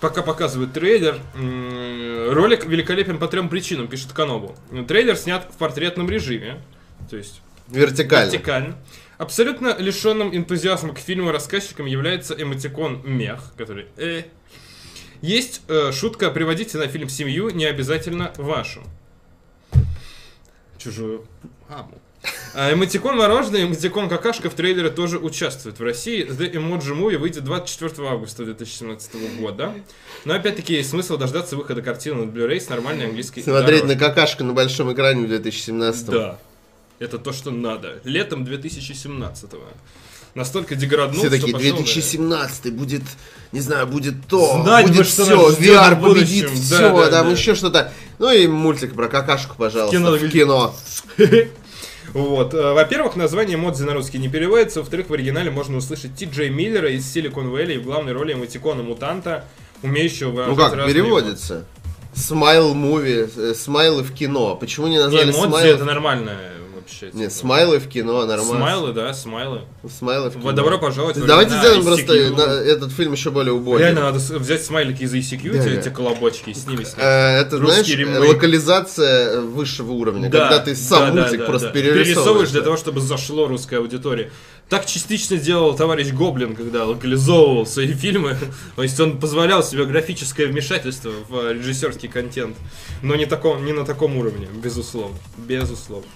S1: пока показывают трейлер, м, ролик великолепен по трем причинам, пишет Канобу. Трейлер снят в портретном режиме, то есть
S2: Вертикально.
S1: Вертикально. Абсолютно лишенным энтузиазма к фильму рассказчиком является эмотикон мех, который э. Есть э, шутка «Приводите на фильм семью, не обязательно вашу». Чужую маму. А эмотикон мороженое и эмотикон какашка в трейлере тоже участвуют. В России The Emoji Movie выйдет 24 августа 2017 года. Но опять-таки есть смысл дождаться выхода картины на Blu-ray с нормальной английской
S2: Смотреть
S1: дорожкой.
S2: на какашку на большом экране в 2017
S1: Да. Это то, что надо. Летом 2017-го. Настолько деграднул,
S2: Все такие,
S1: что пошел,
S2: 2017 будет, не знаю, будет то,
S1: Знать бы,
S2: будет
S1: что
S2: все,
S1: нас ждет
S2: VR
S1: в
S2: победит
S1: будущем.
S2: все,
S1: Да, да,
S2: там
S1: да.
S2: еще что-то. Ну и мультик про какашку, пожалуйста,
S1: кино.
S2: в кино.
S1: наверное. Вот. э, Во-первых, название Модзи на русский не переводится. Во-вторых, в оригинале можно услышать Ти Джей Миллера из Силикон Вэлли в главной роли эмотикона-мутанта, умеющего
S2: Ну
S1: выражать
S2: как,
S1: разные
S2: переводится? Смайл муви, э, смайлы в кино. Почему не
S1: эмоции.
S2: назвали
S1: Не, Модзи
S2: смайл?
S1: это нормально вообще. типа.
S2: Нет, смайлы в кино, нормально.
S1: Смайлы, да, смайлы.
S2: Смайлы в кино.
S1: Вот, Добро пожаловать. в
S2: Давайте
S1: времена
S2: сделаем
S1: ICQ.
S2: просто на- этот фильм еще более убойный.
S1: Реально надо с- взять смайлики из ICQ,
S2: Да,
S1: эти-
S2: да.
S1: эти колобочки, и с ними снять.
S2: Э, Это,
S1: Русский
S2: знаешь,
S1: ремейк.
S2: локализация э, высшего уровня,
S1: Да,
S2: когда ты сам
S1: да,
S2: мультик
S1: да,
S2: просто
S1: да.
S2: перерисовываешь.
S1: для
S2: да.
S1: того, чтобы зашло русская аудитория. Так частично делал товарищ Гоблин, когда локализовывал свои фильмы. [laughs] То есть он позволял себе графическое вмешательство в э, режиссерский контент. Но не, таком, не на таком уровне, безусловно. Безусловно.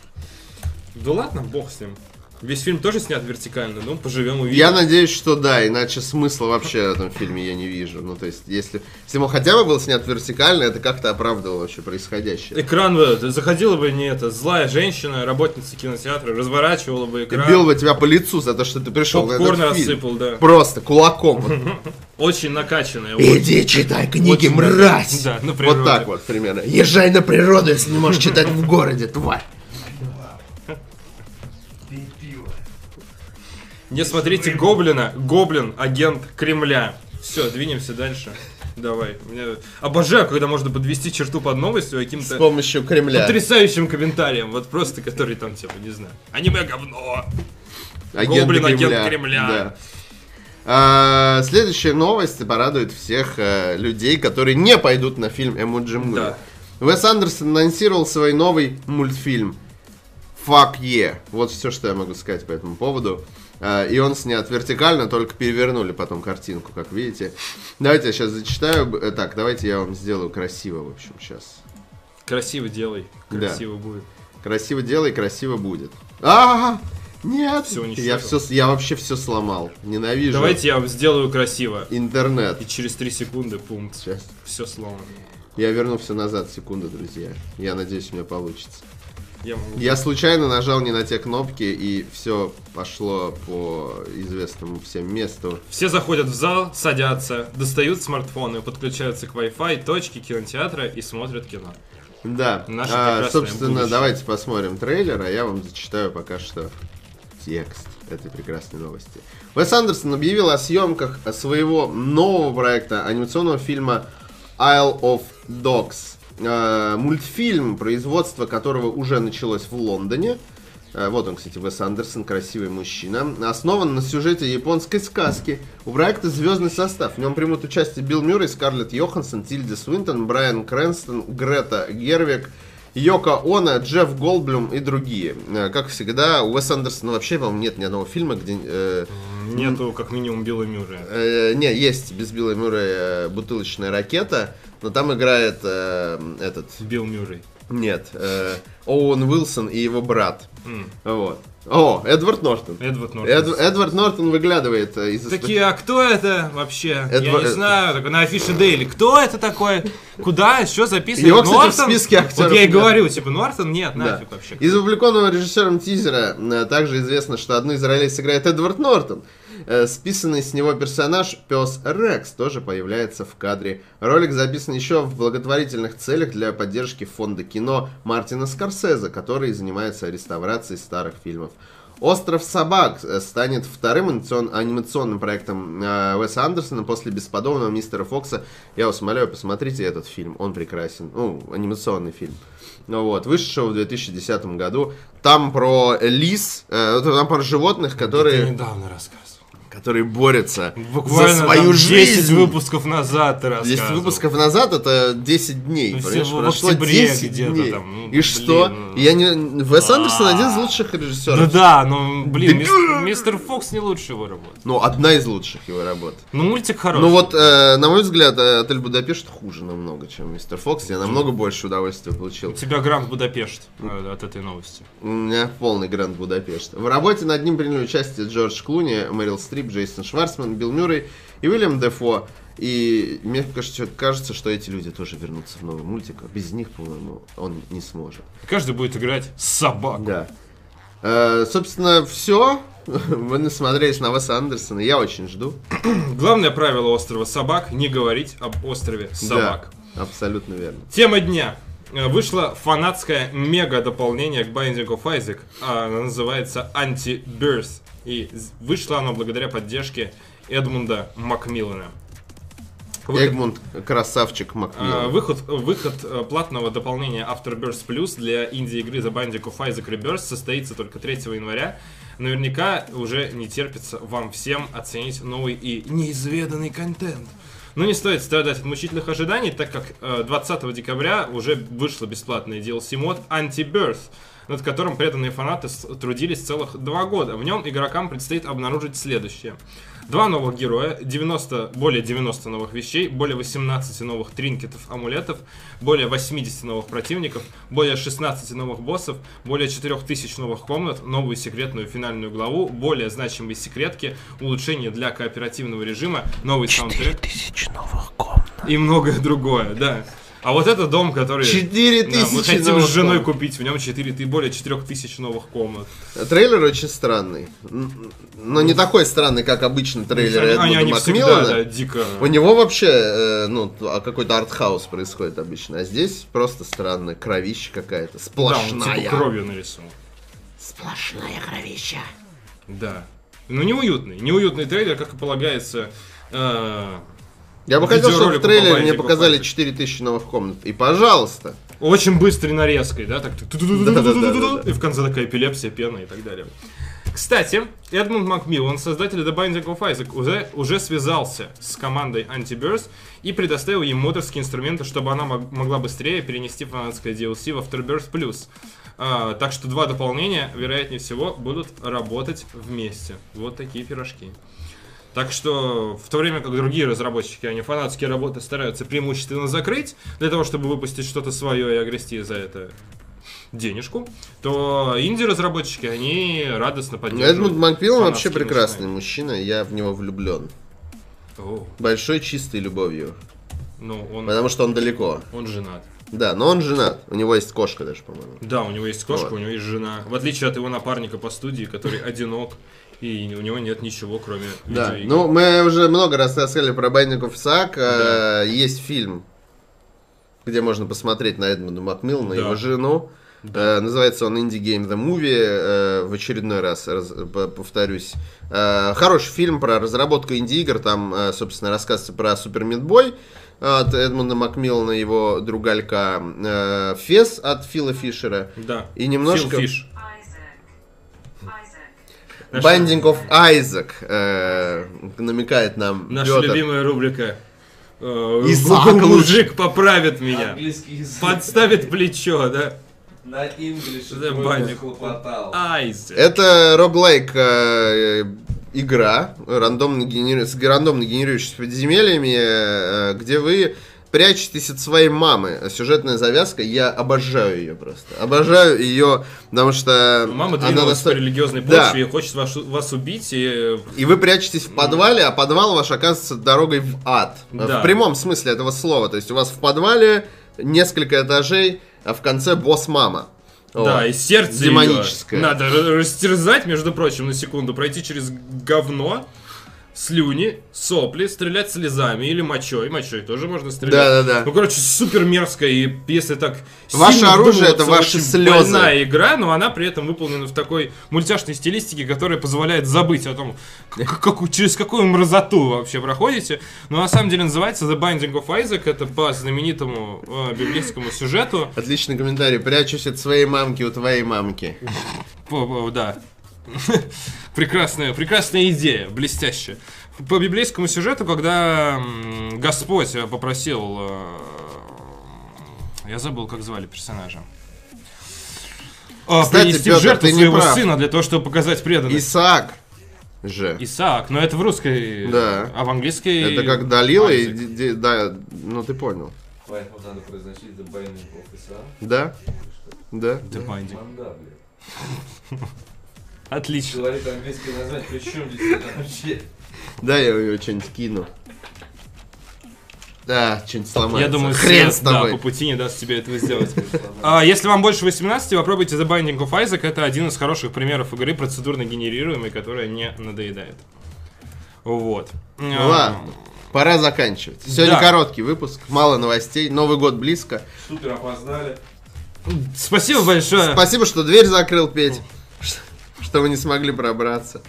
S1: Да ладно, бог с ним. Весь фильм тоже снят вертикально, ну поживем увидим.
S2: Я надеюсь, что да, иначе смысла вообще в этом фильме я не вижу. Ну, то есть, если, если бы он хотя бы был снят вертикально, это как-то оправдывало вообще происходящее.
S1: Экран бы, да, заходила бы не эта злая женщина, работница кинотеатра, разворачивала бы
S2: Ты
S1: экран.
S2: бил бы тебя по лицу за то, что ты пришел на
S1: попкорн
S2: этот фильм.
S1: рассыпал, да.
S2: Просто кулаком. вот.
S1: Очень накачанная.
S2: Иди читай книги,
S1: Очень-
S2: мразь!
S1: Да, на природе.
S2: вот так вот примерно. Езжай на природу, если не можешь читать в городе, тварь.
S4: Пей пиво.
S1: Не смотрите Гоблина. Гоблин – агент Кремля. Все, двинемся дальше. Давай. Мне- Обожаю, когда можно подвести черту под новостью
S2: С
S1: каким-то
S2: помощью Кремля.
S1: потрясающим комментарием. Вот просто, который там, типа, не знаю. Аниме говно. Гоблин, агент Кремля.
S2: Да. А, следующая новость порадует всех э, людей, которые не пойдут на фильм Эмоджи Муви.
S1: Да.
S2: Уэс Андерсон анонсировал свой новый мультфильм Fuck Yeah. Вот все, что я могу сказать по этому поводу. А, И он снят вертикально, только перевернули потом картинку, как видите. Давайте я сейчас зачитаю. Э, Так, давайте я вам сделаю красиво, в общем, сейчас.
S1: Красиво делай.
S2: Да.
S1: Красиво будет.
S2: Красиво делай, красиво будет. А, нет,
S1: Всё уничтожил.
S2: я все, я вообще все сломал. Ненавижу
S1: Давайте я вам сделаю красиво.
S2: интернет.
S1: И через три секунды, пункт.
S2: Сейчас.
S1: Все сломано.
S2: Я верну все назад, секунду, друзья. Я надеюсь, у меня получится.
S1: Я могу.
S2: Я случайно нажал не на те кнопки, и все пошло по известному всем месту.
S1: Все заходят в зал, садятся, достают смартфоны, подключаются к Wi-Fi, точки кинотеатра и смотрят кино.
S2: Да,
S1: Наше
S2: а,
S1: прекрасное
S2: собственно,
S1: будущее.
S2: давайте посмотрим трейлер, а я вам зачитаю пока что текст этой прекрасной новости. Уэс Андерсон объявил о съемках своего нового проекта, анимационного фильма Isle of Dogs. Э, мультфильм, производство которого уже началось в Лондоне. Э, Вот он, кстати, Вес Андерсон, красивый мужчина. Основан на сюжете японской сказки. У проекта звездный состав. В нем примут участие Билл Мюррей, Скарлетт Йоханссон, Тильда Свинтон, Брайан Крэнстон, Грета Гервик, Йока Она, Джефф Голдблюм и другие. Э, Как всегда, у Уэса Андерсона вообще, по-моему, нет ни одного фильма, где... э,
S1: Нету как минимум Билла Мюррея.
S2: э, не, есть без Билла Мюррея э, «Бутылочная ракета», но там играет э, этот...
S1: Билл Мюррей.
S2: Нет, э, Оуэн Уилсон и его брат.
S1: М,
S2: Вот. О, Эдвард Нортон.
S1: Эдвард Нортон.
S2: Эд- Эдвард Нортон выглядывает э, из
S1: Такие, а кто это вообще? Я
S2: Эдвар-
S1: не знаю, такой, на афише Дейли. Кто это такой? Куда? Что записывали?
S2: Его, кстати, в списке актеров
S1: Вот я и
S2: нет.
S1: говорю, типа, Нортон? Нет,
S2: Да.
S1: нафиг вообще. Ну
S2: Из опубликованного режиссером тизера э, также известно, что одну из ролей сыграет Эдвард Нортон. Э, Списанный с него персонаж пес Рекс тоже появляется в кадре. Ролик записан еще в благотворительных целях для поддержки фонда кино Мартина Скорсезе, который занимается реставрацией старых фильмов. Остров собак э, станет вторым анимацион- анимационным проектом э, Уэса Андерсона после бесподобного мистера Фокса. Я вас умоляю, посмотрите этот фильм, он прекрасен. Ну, анимационный фильм. Ну вот, вышедшего в 2010 году. Там про лис, э, там про животных,
S1: Ты
S2: которые,
S1: недавно рассказывал.
S2: которые борются
S1: Буквально
S2: за свою
S1: там 10
S2: жизнь.
S1: выпусков назад ты рассказывал.
S2: 10 выпусков назад это 10 дней.
S1: Ну,
S2: понимаешь,
S1: всего в
S2: прошло
S1: октябре
S2: 10
S1: где-то
S2: дней.
S1: там, ну,
S2: и
S1: блин,
S2: что?
S1: ну.
S2: Я не... Вес Андерсон один из лучших
S1: Да
S2: режиссеров.
S1: да, но, блин,
S2: Да
S1: мис-
S2: га-
S1: мистер Фокс не лучше его работы.
S2: Ну, одна из лучших его работ.
S1: Ну, мультик хороший.
S2: Ну вот, э, на мой взгляд, э, «Отель Будапешт» хуже намного, чем «Мистер Фокс». Я намного больше удовольствия
S1: У
S2: получил.
S1: тебя Гранд Будапешт э, от этой новости.
S2: У меня полный Гранд Будапешт. В работе над ним приняли участие Джордж Клуни, Мэрил Стрип, Джейсон Шварцман, Билл Мюррей и Уильям Дефо. И мне кажется, кажется, что эти люди тоже вернутся в новый мультик. а Без них, по-моему, он не сможет.
S1: Каждый будет играть собаку.
S2: Да. Э, собственно, все. [laughs] Вы насмотрелись на Веса Андерсона. Я очень жду.
S1: Главное правило острова собак не говорить об острове собак.
S2: Да, абсолютно верно.
S1: Тема дня. Э, Вышло фанатское мега-дополнение к Binding of Isaac. А, Оно называется Anti-Birth. И з- вышло оно благодаря поддержке Эдмунда Макмиллана. Выход,
S2: Эгмунд красавчик
S1: э,
S2: Макмиллан.
S1: выход, выход, э, платного дополнения Afterbirth Plus для инди-игры The Binding of Isaac Rebirth состоится только 3 января. Наверняка уже не терпится вам всем оценить новый и неизведанный контент. Но не стоит страдать от мучительных ожиданий, так как э, 20 декабря уже вышла бесплатная DLC-мод Anti-Birth, над которым преданные фанаты с- трудились целых два года. В нем игрокам предстоит обнаружить следующее. Два новых героя, 90, более 90 новых вещей, более 18 новых тринкетов, амулетов, более 80 новых противников, более 16 новых боссов, более 4000 новых комнат, новую секретную финальную главу, более значимые секретки, улучшение для кооперативного режима, новый саундтрек и многое другое, да. А вот это дом, который...
S2: Четыре
S1: Да, мы
S2: тысячи
S1: хотим
S2: новых
S1: с женой
S2: комнат.
S1: купить, в нем 4, ты- более 4000 новых комнат.
S2: Трейлер очень странный. М, Но не такой странный, как обычно трейлеры
S1: они,
S2: Эдмунда
S1: они всегда,
S2: Макмиллана.
S1: да, дико...
S2: У него вообще, э, ну, т- а какой-то артхаус происходит обычно. А здесь просто странно. Кровища какая-то.
S1: Да,
S2: Сплошная.
S1: он типа кровью нарисован.
S2: Сплошная кровища.
S1: Да. Ну, неуютный. Неуютный трейлер, как и полагается. э,
S2: Я бы хотел, чтобы
S1: Видеоролик
S2: в трейлере мне
S1: покупайте,
S2: показали
S1: покупайте.
S2: 4000 новых комнат. И пожалуйста.
S1: очень быстрой нарезкой, да, так
S2: Да-да-да-да-да.
S1: и в конце такая эпилепсия, пена и так далее. Кстати, Эдмунд Макмиллан, создатель The Binding of Isaac, уже, уже связался с командой Anti-Birth и предоставил им моторские инструменты, чтобы она мог- могла быстрее перенести фанатское DLC в Afterbirth Plus. А, так что два дополнения, вероятнее всего, будут работать вместе. Вот такие пирожки. Так что, в то время как другие разработчики, они фанатские работы стараются преимущественно закрыть, для того, чтобы выпустить что-то свое и огрести за это денежку, то инди-разработчики, они
S2: Ну,
S1: радостно поддерживают.
S2: Эдмунд Макмиллан вообще
S1: фанатские
S2: прекрасный мужчина. Я в него влюблен.
S1: начинания. О,
S2: Большой чистой любовью.
S1: ну, он,
S2: Потому что он далеко.
S1: он женат.
S2: Да, но он женат. У него есть кошка даже, по-моему.
S1: Да, у него есть кошка,
S2: Вот.
S1: у него есть жена. В отличие от его напарника по студии,
S2: [laughs]
S1: который одинок, и у него нет ничего, кроме
S2: Да,
S1: видеоигр.
S2: ну мы уже много раз рассказали про Байников Сак. Есть фильм, где можно посмотреть на Эдмунда Макмиллана,
S1: Да.
S2: его жену. Э, называется он Indie Game The Movie. Э, в очередной раз раз- п- повторюсь. Э, хороший фильм про разработку инди-игр. Там, э, собственно, рассказывается про Супер Мидбой от Эдмунда Макмиллана, и его другалька. Э, Фес от Фила Фишера.
S1: да.
S2: И немножко...
S1: Фил Фиш.
S3: Isaac. Isaac.
S1: Наш-
S2: Binding of Isaac э, намекает нам
S1: Наша
S2: Пётр.
S1: любимая рубрика э,
S2: Исаак
S1: «Гугл
S2: лучше».
S1: мужик поправит меня.
S4: Английский язык.
S1: Подставит плечо, да?
S4: На инглиш
S1: Да, баня.
S4: хлопотал.
S1: Айзек.
S2: Это роглайк э, игра, рандомно генери- с рандомно генерирующимися подземельями, э, где вы прячетесь от своей мамы. Сюжетная завязка, я обожаю ее просто. Обожаю ее, потому что
S1: Мама
S2: она
S1: двинулась
S2: настолько-
S1: по религиозной почве
S2: Да.
S1: и хочет вас, вас убить, и
S2: И вы прячетесь в подвале, а подвал ваш оказывается дорогой в ад. Э,
S1: Да.
S2: В прямом смысле этого слова. То есть у вас в подвале несколько этажей, а в конце босс-мама.
S1: Да,
S2: Вот.
S1: и сердце
S2: Демоническое.
S1: её Надо ра- растерзать, между прочим, на секунду, пройти через говно, слюни, сопли, стрелять слезами или мочой. Мочой тоже можно стрелять.
S2: Да-да-да.
S1: Ну, короче, супер мерзкая, и если так
S2: Ваше
S1: сильно
S2: оружие
S1: вдумываться,
S2: это ваши
S1: очень
S2: слезы.
S1: больная игра, но она при этом выполнена в такой мультяшной стилистике, которая позволяет забыть о том, к- к- какую- через какую мразоту вы вообще проходите. Но на самом деле называется The Binding of Isaac, это по знаменитому э, библейскому сюжету.
S2: Отличный комментарий. Прячусь от своей мамки у твоей мамки.
S1: По- по- да. [laughs] прекрасная, прекрасная идея, блестящая. По библейскому сюжету, когда м, Господь э, попросил... э, Я забыл, как звали персонажа. А,
S2: Кстати,
S1: принести в
S2: Пётр,
S1: жертву
S2: ты не
S1: своего
S2: прав.
S1: сына для того, чтобы показать преданность.
S2: Исаак же.
S1: Исаак, но это в русской,
S2: Да.
S1: а в английской...
S2: Это как Далила и...
S1: Айзек.
S2: Ди- Ди- Да, ну ты понял.
S4: Поэтому надо произносить The Binding of Isaac.
S2: Да? Да.
S1: The Binding.
S4: Манда, блин.
S1: Отлично.
S4: Говорит английское название, при чем здесь это вообще?
S2: Да, я ее что-нибудь кину. Да, что-нибудь сломается.
S1: Я думаю,
S2: Хрен
S1: свет,
S2: с
S1: да,
S2: тобой.
S1: по пути не даст тебе этого
S2: [laughs]
S1: сделать. А, Если вам больше 18, попробуйте The Binding of Isaac. Это один из хороших примеров игры, процедурно генерируемой, которая не надоедает. Вот. А,
S2: Ну ладно, пора заканчивать. Сегодня
S1: Да.
S2: короткий выпуск, мало новостей, Новый год близко.
S4: Супер опоздали.
S1: М, Спасибо большое.
S2: Спасибо, что дверь закрыл, Петь, что- что мы не смогли пробраться.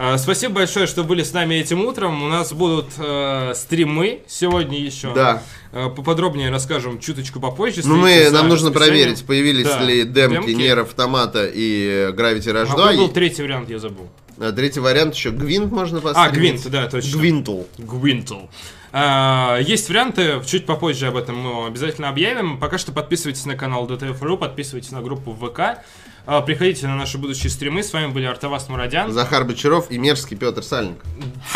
S1: А, Спасибо большое, что были с нами этим утром. У нас будут э, стримы сегодня еще.
S2: Да,
S1: Э, Поподробнее расскажем чуточку попозже.
S2: ну мы,
S1: Следите за
S2: нам нужно
S1: расписанием.
S2: проверить, появились
S1: Да.
S2: ли демки,
S1: Демки.
S2: Нер Автомата и э, Гравити
S1: А
S2: Rush 2.
S1: какой был
S2: И-
S1: третий вариант, я забыл.
S2: а, Третий вариант еще Гвинт можно
S1: А,
S2: поставить.
S1: Гвинт, да, точно.
S2: Гвинтл.
S1: Гвинтл. А, Есть варианты, чуть попозже об этом мы обязательно объявим. Пока что подписывайтесь на канал DTF.ru, подписывайтесь на группу в ВК, а, приходите на наши будущие стримы. С вами были Артавас Мурадян.
S2: Захар Бочаров и мерзкий Петр Сальник.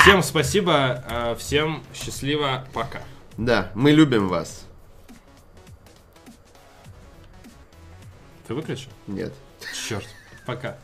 S1: Всем спасибо, а, всем счастливо, пока.
S2: Да, мы любим вас.
S1: Ты выключил?
S2: Нет.
S1: Черт, пока.